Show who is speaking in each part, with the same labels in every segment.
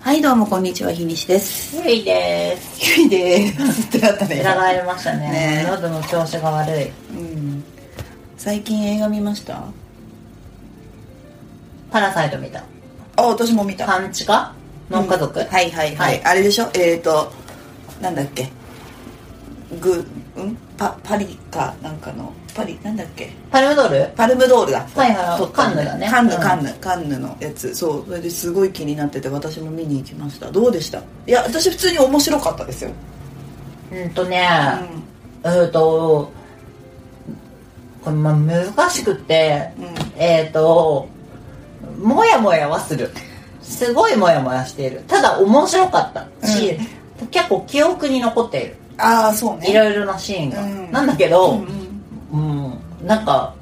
Speaker 1: はい、どうもこんにちは、ひにしです。
Speaker 2: ゆいです。
Speaker 1: ゆいです。ってなったね。
Speaker 2: 裏返りましたね。
Speaker 1: ね
Speaker 2: 喉の調子が悪い。
Speaker 1: うん。最近映画見ましたあ、
Speaker 2: パラサイト見た。
Speaker 1: 私も見た。
Speaker 2: パンチかの家族、
Speaker 1: うんはいはいはい。
Speaker 2: はい
Speaker 1: あれでしょえっ、ー、と、なんだっけ。グー、んパ、パリかなんかの、パリ、なんだっけ。
Speaker 2: パルムドール
Speaker 1: パルムドールだ。
Speaker 2: はいはい
Speaker 1: 撮ったん
Speaker 2: カンヌだね
Speaker 1: カンヌ、
Speaker 2: うん
Speaker 1: カンヌ、カンヌのやつ。そう。それですごい気になってて、私も見に行きました。どうでしたいや、私普通に面白かったですよ。
Speaker 2: うんとね、うーと、これまあ難しくって、
Speaker 1: うん。うん。
Speaker 2: えーと、もやもやはする。すごいもやもやしている。ただ面白かったし、結構記憶に残っている。
Speaker 1: ああ、そうね。
Speaker 2: いろいろなシーンが。
Speaker 1: うん
Speaker 2: なんだけど、
Speaker 1: うんうん
Speaker 2: うん、なんか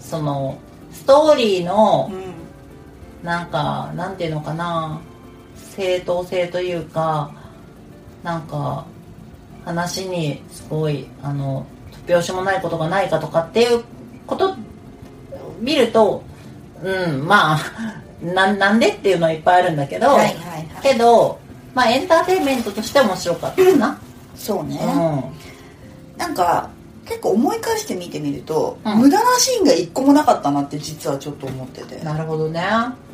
Speaker 2: そのストーリーの
Speaker 1: うん
Speaker 2: なんかなんていうのかな正当性というかなんか話にすごいあの突拍子もないことがないかとかっていうことを見るとうんまあ ななんでっていうのはいっぱいあるんだけど、
Speaker 1: はいはいはい
Speaker 2: けどまあエンターテインメントとして面白かったかな。
Speaker 1: そうね、
Speaker 2: うん
Speaker 1: なんか結構思い返して見てみると、
Speaker 2: うん
Speaker 1: 無駄なシーンが一個もなかったなって実はちょっと思っててあ
Speaker 2: なるほどね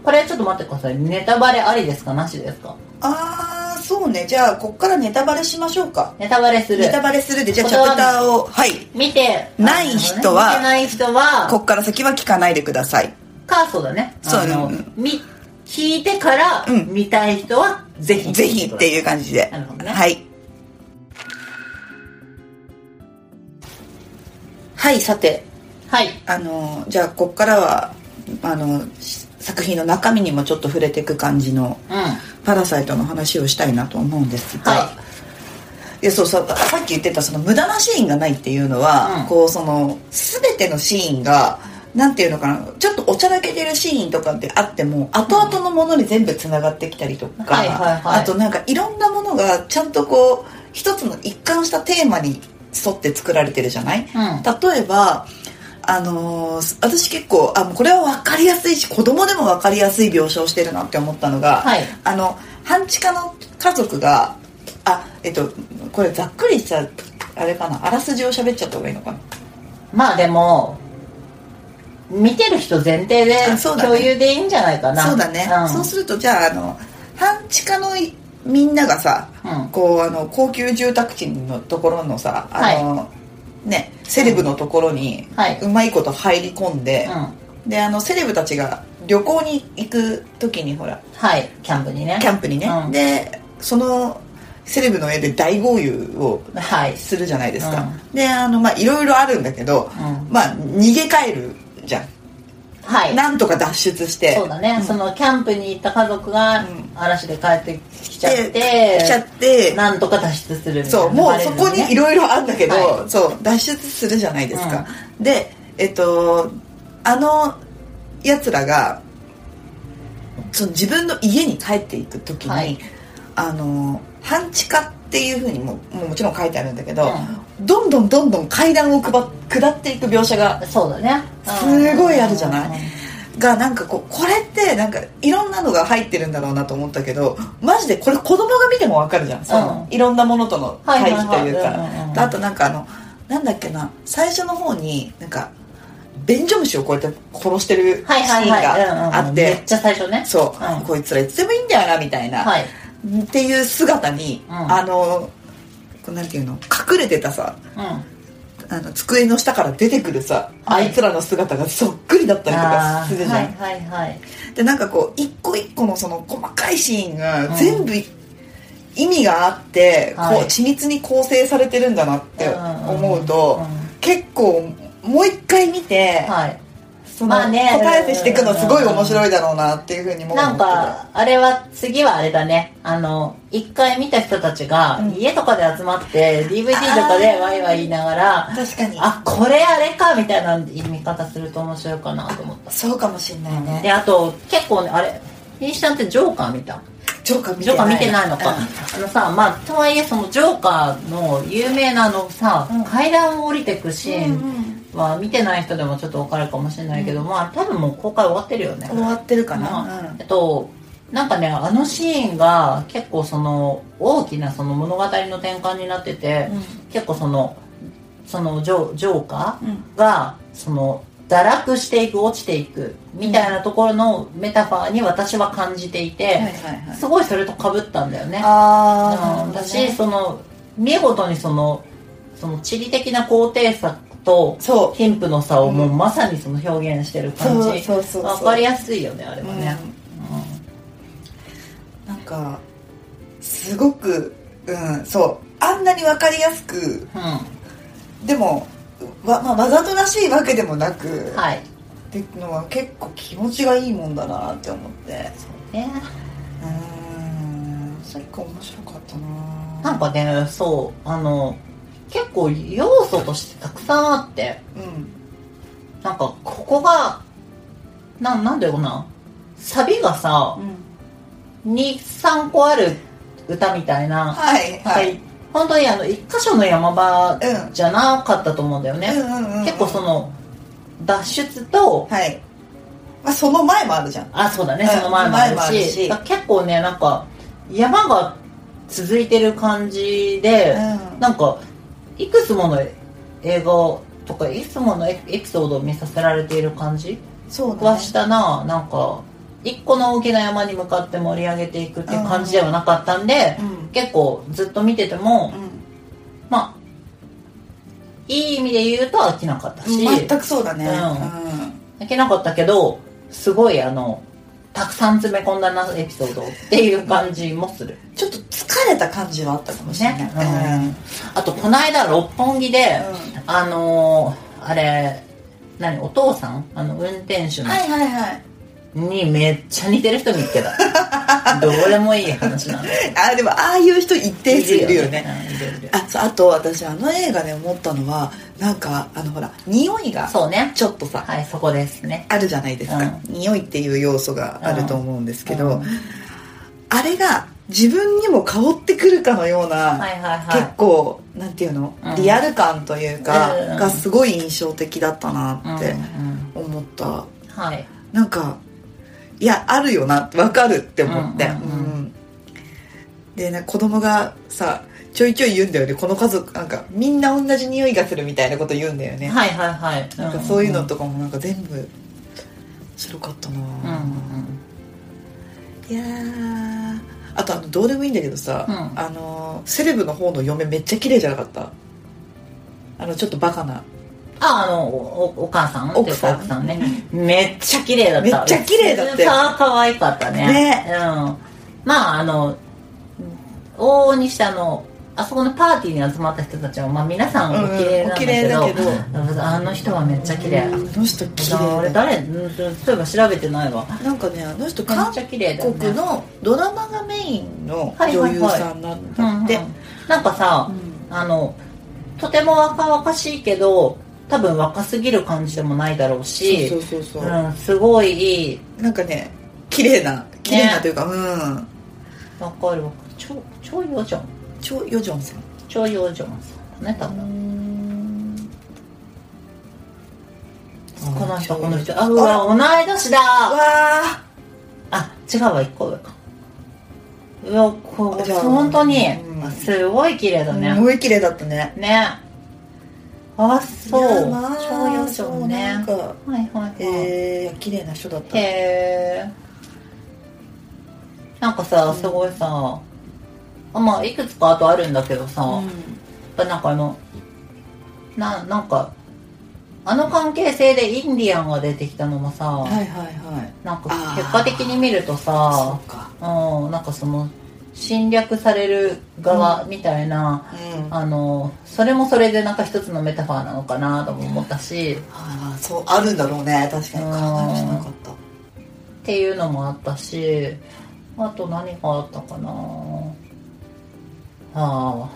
Speaker 2: これちょっと待ってくださいネタバレありですかなしですか
Speaker 1: あーそうねじゃあこっからネタバレしましょうか
Speaker 2: ネタバレする
Speaker 1: ネタバレするでじゃあチャ
Speaker 2: 断る
Speaker 1: プターをはい
Speaker 2: 見て
Speaker 1: ない人は
Speaker 2: あの見てない人は
Speaker 1: こっから先は聞かないでください
Speaker 2: かそうだね
Speaker 1: そう
Speaker 2: あの
Speaker 1: うん
Speaker 2: み聞いてから
Speaker 1: うん
Speaker 2: 見たい人はぜひ
Speaker 1: ぜひっていう感じで
Speaker 2: なるほどね
Speaker 1: はいはいさて
Speaker 2: はい
Speaker 1: あのじゃあこっからはあのし作品の中身にもちょっと触れていく感じの
Speaker 2: うん
Speaker 1: パラサイトの話をしたいなと思うんですが、、
Speaker 2: はい
Speaker 1: やそうそうさっき言ってたその無駄なシーンがないっていうのは、
Speaker 2: うん
Speaker 1: こうその全てのシーンがなんていうのかなちょっとおちゃらけてるシーンとかってあっても後々のものに全部つながってきたりとか、
Speaker 2: はいはいはい
Speaker 1: あとなんかいろんなものがちゃんとこう一つの一貫したテーマに沿って作られてるじゃない、
Speaker 2: うん
Speaker 1: 例えばあのー私結構あもうこれは分かりやすいし子供でも分かりやすい描写をしてるなって思ったのが、
Speaker 2: はい
Speaker 1: あの半地下の家族があえっとこれざっくりしたあれかなあらすじを喋っちゃった方がいいのかな
Speaker 2: まあでも見てる人前提で
Speaker 1: あそうだね
Speaker 2: 共有でいいんじゃないかな
Speaker 1: そうだね、
Speaker 2: ん
Speaker 1: そうするとじゃああの半地下のいみんながさ、
Speaker 2: うん
Speaker 1: こうあの高級住宅地のところのさあの、ね、セレブのところに
Speaker 2: はいう
Speaker 1: まいこと入り込んで、
Speaker 2: うん
Speaker 1: であのセレブたちが旅行に行く時にほら
Speaker 2: はいキャンプにね
Speaker 1: キャンプにね、
Speaker 2: うん
Speaker 1: でそのセレブの絵で大豪遊を
Speaker 2: はい
Speaker 1: するじゃないですか、であのまあいろいろあるんだけど、
Speaker 2: う
Speaker 1: まあ逃げ帰るじゃん、
Speaker 2: はい
Speaker 1: なんとか脱出して
Speaker 2: そうだね、そのキャンプに行った家族が
Speaker 1: うん
Speaker 2: 嵐で帰ってきちゃって、
Speaker 1: で来ちゃって
Speaker 2: なんとか脱出するみたいな
Speaker 1: そうもうそこにい
Speaker 2: る
Speaker 1: ろいろあるんだけど、
Speaker 2: は
Speaker 1: そう脱出するじゃないですか、でえっとあのやつらがその自分の家に帰っていく時に、
Speaker 2: はい
Speaker 1: あの半地下っていうふうにももうもちろん書いてあるんだけど、
Speaker 2: う
Speaker 1: どんどんどんどん階段をくば下っていく描写が
Speaker 2: そうだね
Speaker 1: すごいあるじゃない
Speaker 2: うん
Speaker 1: がなんかこうこれってなんかいろんなのが入ってるんだろうなと思ったけどマジでこれ子供が見てもわかるじゃんその、
Speaker 2: う
Speaker 1: いろんなものとの対比というか、
Speaker 2: はいはいはいうんうんうん
Speaker 1: あとなんかあのなんだっけな最初の方になんか便所虫をこうやって殺してるシーン
Speaker 2: はいはいはい
Speaker 1: があっ
Speaker 2: うんうん
Speaker 1: て、
Speaker 2: めっちゃ最初ね
Speaker 1: そう、
Speaker 2: うん
Speaker 1: こいつらいつでもいいんだよなみたいな、
Speaker 2: はい
Speaker 1: っていう姿に、
Speaker 2: うん
Speaker 1: あのこうなんていうの隠れてたさ
Speaker 2: うん
Speaker 1: あの机の下から出てくるさ、
Speaker 2: はい
Speaker 1: あいつらの姿がそっくりだったりとか
Speaker 2: あ
Speaker 1: する
Speaker 2: ー
Speaker 1: じゃん、
Speaker 2: はいはいはい
Speaker 1: でなんかこう一個一個のその細かいシーンが
Speaker 2: うん
Speaker 1: 全部、意味があって、
Speaker 2: はい
Speaker 1: こう緻密に構成されてるんだなって思うと、
Speaker 2: うんうんうん
Speaker 1: 結構もう一回見て、
Speaker 2: はい
Speaker 1: その
Speaker 2: まあね
Speaker 1: 答えてしていくのすごい面白いだろうなっていうふうにも思っ
Speaker 2: な
Speaker 1: て
Speaker 2: ん
Speaker 1: た
Speaker 2: かあれは次はあれだねあの一回見た人たちが
Speaker 1: うん
Speaker 2: 家とかで集まって DVD とかでワイワイ言いながら
Speaker 1: 確かに
Speaker 2: あこれあれかみたいな見方すると面白いかなと思った
Speaker 1: そうかもしんないね
Speaker 2: であと結構ねあれインシタンってジョーカー見た
Speaker 1: ジョーカー見
Speaker 2: ジョ
Speaker 1: て
Speaker 2: ーカ
Speaker 1: な
Speaker 2: ー
Speaker 1: い
Speaker 2: 見てないのか、あのさまあとはいえそのジョーカーの有名なあのさ、
Speaker 1: うん
Speaker 2: 階段を降りてくシ
Speaker 1: うん
Speaker 2: ーンは見てない人でもちょっと分かるかもしれないけど、まあ多分もう公開終わってるよね
Speaker 1: うん終わってるかな、
Speaker 2: まあ
Speaker 1: うん
Speaker 2: えっとなんかねあのシーンが結構その大きなその物語の転換になってて、結構そのそのジョジョーカーがその堕落していく落ちていくみたいなところのメタファーに私は感じていて、
Speaker 1: はいはいはい
Speaker 2: すごいそれとかぶったんだよね
Speaker 1: あ
Speaker 2: うん
Speaker 1: ー
Speaker 2: 私その見事にそのその地理的な高低差と
Speaker 1: そう
Speaker 2: 貧富の差をもう
Speaker 1: う
Speaker 2: まさにその表現してる感
Speaker 1: そう
Speaker 2: じ
Speaker 1: そうそうそう
Speaker 2: わかりやすいよねあれはね、
Speaker 1: なんかすごくうんそうあんなに分かりやすく
Speaker 2: うん
Speaker 1: でもわ,、まあ、わざとらしいわけでもなく、
Speaker 2: うんはい
Speaker 1: っていうのは結構気持ちがいいもんだなって思って
Speaker 2: ね
Speaker 1: うーんそれか面白かったな
Speaker 2: なんかねそうあの結構要素としてたくさんあって
Speaker 1: うん
Speaker 2: なんかここがなんなんだよなサビがさ
Speaker 1: うん
Speaker 2: 23個ある歌みたいな
Speaker 1: はい
Speaker 2: は
Speaker 1: はいい、、
Speaker 2: 本当にあの一箇所の山場じゃなかったと思うんだよね、
Speaker 1: うんうんうんうん
Speaker 2: 結構その脱出と、
Speaker 1: はい、まあ、その前もあるじゃん
Speaker 2: あそうだね
Speaker 1: うん
Speaker 2: その前もある
Speaker 1: 前もあ
Speaker 2: し
Speaker 1: るし
Speaker 2: だから結構ねなんか山が続いてる感じで、
Speaker 1: うん
Speaker 2: なんかいくつもの映画とかいくつものエピソードを見させられている感じ
Speaker 1: そうだ
Speaker 2: は
Speaker 1: ね
Speaker 2: したななんか一個の大きな山に向かって盛り上げていくっていう感じではなかったんで、
Speaker 1: うん
Speaker 2: 結構ずっと見てても、
Speaker 1: う
Speaker 2: まあいい意味で言うと飽きなかったし、
Speaker 1: ん、全くそうだね、
Speaker 2: う
Speaker 1: うんん
Speaker 2: 飽きなかったけどすごいあのたくさん詰め込んだなエピソードっていう感じもする
Speaker 1: ちょっと疲れた感じはあったかもしれない、
Speaker 2: ね、うん、あとこの間六本木で、あのーあれ何お父さんあの運転手
Speaker 1: う
Speaker 2: の
Speaker 1: ん、はいはいはい
Speaker 2: にめっちゃ似てる人見っけ たどうでもいい話なんだよ
Speaker 1: あでもああいう人一定数いるよね
Speaker 2: いるいる
Speaker 1: あそうあと私あの映画で思ったのはなんかあのほら匂いが
Speaker 2: そうね
Speaker 1: ちょっとさ、
Speaker 2: はいそこですね
Speaker 1: あるじゃないですか、匂いっていう要素があると思うんですけど、
Speaker 2: うん
Speaker 1: あれが自分にも香ってくるかのような、
Speaker 2: はいはいはい
Speaker 1: 結構なんていうの、
Speaker 2: うん
Speaker 1: リアル感というか、
Speaker 2: うん
Speaker 1: がすごい印象的だったなっ
Speaker 2: う
Speaker 1: て
Speaker 2: んうん
Speaker 1: 思った、
Speaker 2: はい
Speaker 1: なんかいやあるよなわかるって思って、
Speaker 2: うんうんうん
Speaker 1: うんでなんか子供がさちょいちょい言うんだよねこの家族なんかみんな同じ匂いがするみたいなこと言うんだよね、
Speaker 2: はいはいはい
Speaker 1: なんかそういうのとかもなんか全部面白かったな、
Speaker 2: うん
Speaker 1: いやーあとあのどうでもいいんだけどさ、
Speaker 2: うん
Speaker 1: あのーセレブの方の嫁めっちゃ綺麗じゃなかったあのちょっとバカな
Speaker 2: ああのおお母さん
Speaker 1: 奥さん
Speaker 2: っていうか奥さんねめっちゃ綺麗だった
Speaker 1: めっちゃ綺麗だったよ
Speaker 2: さあ可愛かったね
Speaker 1: ね
Speaker 2: うん、まああの往々にしてあのあそこのパーティーに集まった人たちは、まあ、皆さんお綺麗なんだけど,、
Speaker 1: うんお綺麗
Speaker 2: あの人はめっちゃ綺麗
Speaker 1: あの人綺
Speaker 2: あれ
Speaker 1: 麗だ
Speaker 2: 誰うんそういえば調べてないわ
Speaker 1: なんかねあの人
Speaker 2: めっ
Speaker 1: 韓
Speaker 2: ちゃ綺麗だよね
Speaker 1: 国のドラマがメインの
Speaker 2: はいは
Speaker 1: 女
Speaker 2: いはい
Speaker 1: 優さんなんだって、
Speaker 2: うんうんなんかさ、
Speaker 1: う
Speaker 2: あのとても若々しいけど多分若すぎる感じでもないだろうし
Speaker 1: そうそうそうそう、
Speaker 2: うん、すごいいい
Speaker 1: なんかね綺麗な綺麗なというか、うん
Speaker 2: わかるわかる超超ヨジョン
Speaker 1: チョ・ヨジョンさん
Speaker 2: 超ヨジョンさんだね多分、この人この人あう
Speaker 1: あ
Speaker 2: わ同い年だ
Speaker 1: わー
Speaker 2: あ違うわ一個上かうわこう
Speaker 1: じゃあ
Speaker 2: 本当に、
Speaker 1: うん
Speaker 2: すごい綺麗だね、
Speaker 1: すごい綺麗だったね
Speaker 2: ねあそう
Speaker 1: いやまあ
Speaker 2: 超ヨジョンね
Speaker 1: そうなんか
Speaker 2: はいはいはい、
Speaker 1: えー、綺麗な人だった
Speaker 2: へえんかさすごいさ、あまあいくつかあとあるんだけどさ、
Speaker 1: う
Speaker 2: やっ
Speaker 1: ん
Speaker 2: ぱなんかあのななんかあの関係性でインディアンが出てきたのもさ、
Speaker 1: はいはいはい
Speaker 2: なんか
Speaker 1: あー
Speaker 2: 結果的に見ると
Speaker 1: そ
Speaker 2: さ
Speaker 1: うか
Speaker 2: うんなんかその侵略される側みたいな、
Speaker 1: うんあ
Speaker 2: あのそれもそれでなんか一つのメタファーなのかなとも思ったし、
Speaker 1: あそうあるんだろうね確かに
Speaker 2: う
Speaker 1: 考
Speaker 2: ん
Speaker 1: えもしなかった
Speaker 2: っていうのもあったしあと何があったかなああ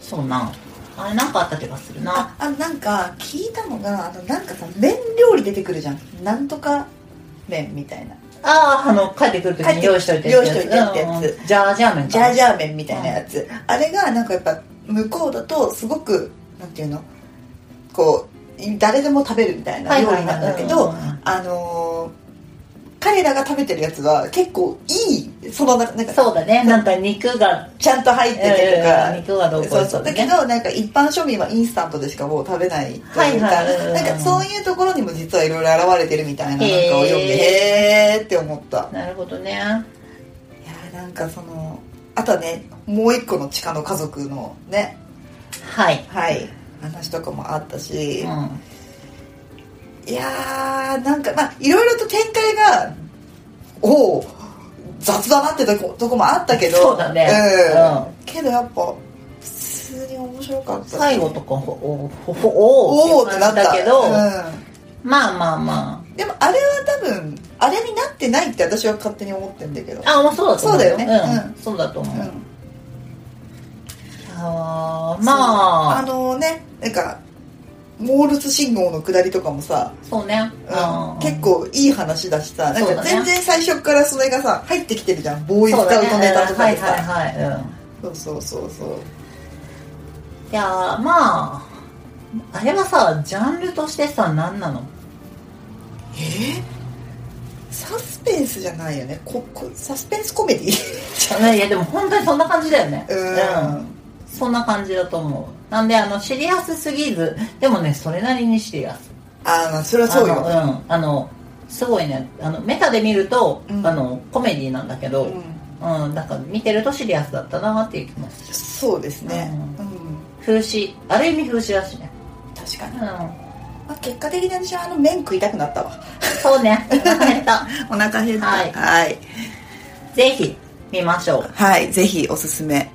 Speaker 2: そうなあれなんかあった気がするな
Speaker 1: ああなんか聞いたのがあのなんかさ麺料理出てくるじゃんなんとか麺みたいな
Speaker 2: あああの帰ってくる時
Speaker 1: 帰っ
Speaker 2: に
Speaker 1: て
Speaker 2: 用意しといて
Speaker 1: 用意しといてってやつ
Speaker 2: うんジャージャー麺か
Speaker 1: ジャージャー麺みたいなやつ、あれがなんかやっぱ向こうだとすごくなんていうのこう誰でも食べるみたいな
Speaker 2: はい
Speaker 1: 料
Speaker 2: はいはい
Speaker 1: 理なんだけど、
Speaker 2: うん
Speaker 1: あのー彼らが食べてるやつは結構いいそのななんか
Speaker 2: そうだねなんか肉が
Speaker 1: ちゃんと入っててとか、
Speaker 2: うん肉がどうこう
Speaker 1: そう
Speaker 2: と
Speaker 1: そう
Speaker 2: か
Speaker 1: だけ
Speaker 2: ね
Speaker 1: どなんか一般庶民はインスタントでしかもう食べないというか,、
Speaker 2: はいはい
Speaker 1: なんかそういうところにも実はいろいろ現れてるみたいななんかを読んでへーって思ったい
Speaker 2: なるほどね
Speaker 1: やーなんかそのあとはねもう一個の地下の家族のね
Speaker 2: はい、
Speaker 1: はい話とかもあったし、
Speaker 2: うん、
Speaker 1: いやーなんかまあいろいろと展開がおお雑だなってとことこもあったけど
Speaker 2: そうだね
Speaker 1: うん
Speaker 2: う
Speaker 1: けどやっぱ普通に面白かったし
Speaker 2: 最後とかほおほお
Speaker 1: お
Speaker 2: お
Speaker 1: おーってなった
Speaker 2: だけど、
Speaker 1: う
Speaker 2: まあまあま
Speaker 1: ん、でもあれは多分あれになってないって私は勝手に思ってんだけど
Speaker 2: ああまあそうだと思う
Speaker 1: そうだよね
Speaker 2: うん
Speaker 1: うん
Speaker 2: そうだと思う、
Speaker 1: うん
Speaker 2: いやー
Speaker 1: そう
Speaker 2: ま
Speaker 1: あ
Speaker 2: あ
Speaker 1: のねなんかモールス信号の下りとかもさ、
Speaker 2: そうね、
Speaker 1: うん
Speaker 2: うん、
Speaker 1: 結構いい話だしさなん
Speaker 2: そうだ
Speaker 1: か
Speaker 2: ね
Speaker 1: 全然最初からそれがさ入ってきてるじゃんボーイス
Speaker 2: そう
Speaker 1: カ
Speaker 2: だ
Speaker 1: ウ
Speaker 2: ね
Speaker 1: トネタとかでさ、
Speaker 2: うんはいはいはい、うん
Speaker 1: そうそうそうそう
Speaker 2: いやーまああれはさジャンルとしてさ何なの
Speaker 1: えサスペンスじゃないよねここサスペンスコメディ じゃ
Speaker 2: いやでも本当にそんな感じだよね
Speaker 1: うん
Speaker 2: そんな感じだと思うなんであのシリアスすぎずでもねそれなりにシリアス
Speaker 1: あまあそれはそう
Speaker 2: あ
Speaker 1: よ、
Speaker 2: の,、うん、あのすごいねあのメタで見ると、
Speaker 1: うん
Speaker 2: あのコメディなんだけど、
Speaker 1: う
Speaker 2: うん
Speaker 1: ん、
Speaker 2: だから見てるとシリアスだったなっていう気もする
Speaker 1: そうですね、う
Speaker 2: うん風刺ある意味風刺だしね、
Speaker 1: 確かに、ま
Speaker 2: うん、
Speaker 1: あ、結果的に私はあの麺食いたくなったわ
Speaker 2: そ うねお腹減った
Speaker 1: お腹減
Speaker 2: はい
Speaker 1: はい、
Speaker 2: ぜひ見ましょう
Speaker 1: はい、ぜひおすすめ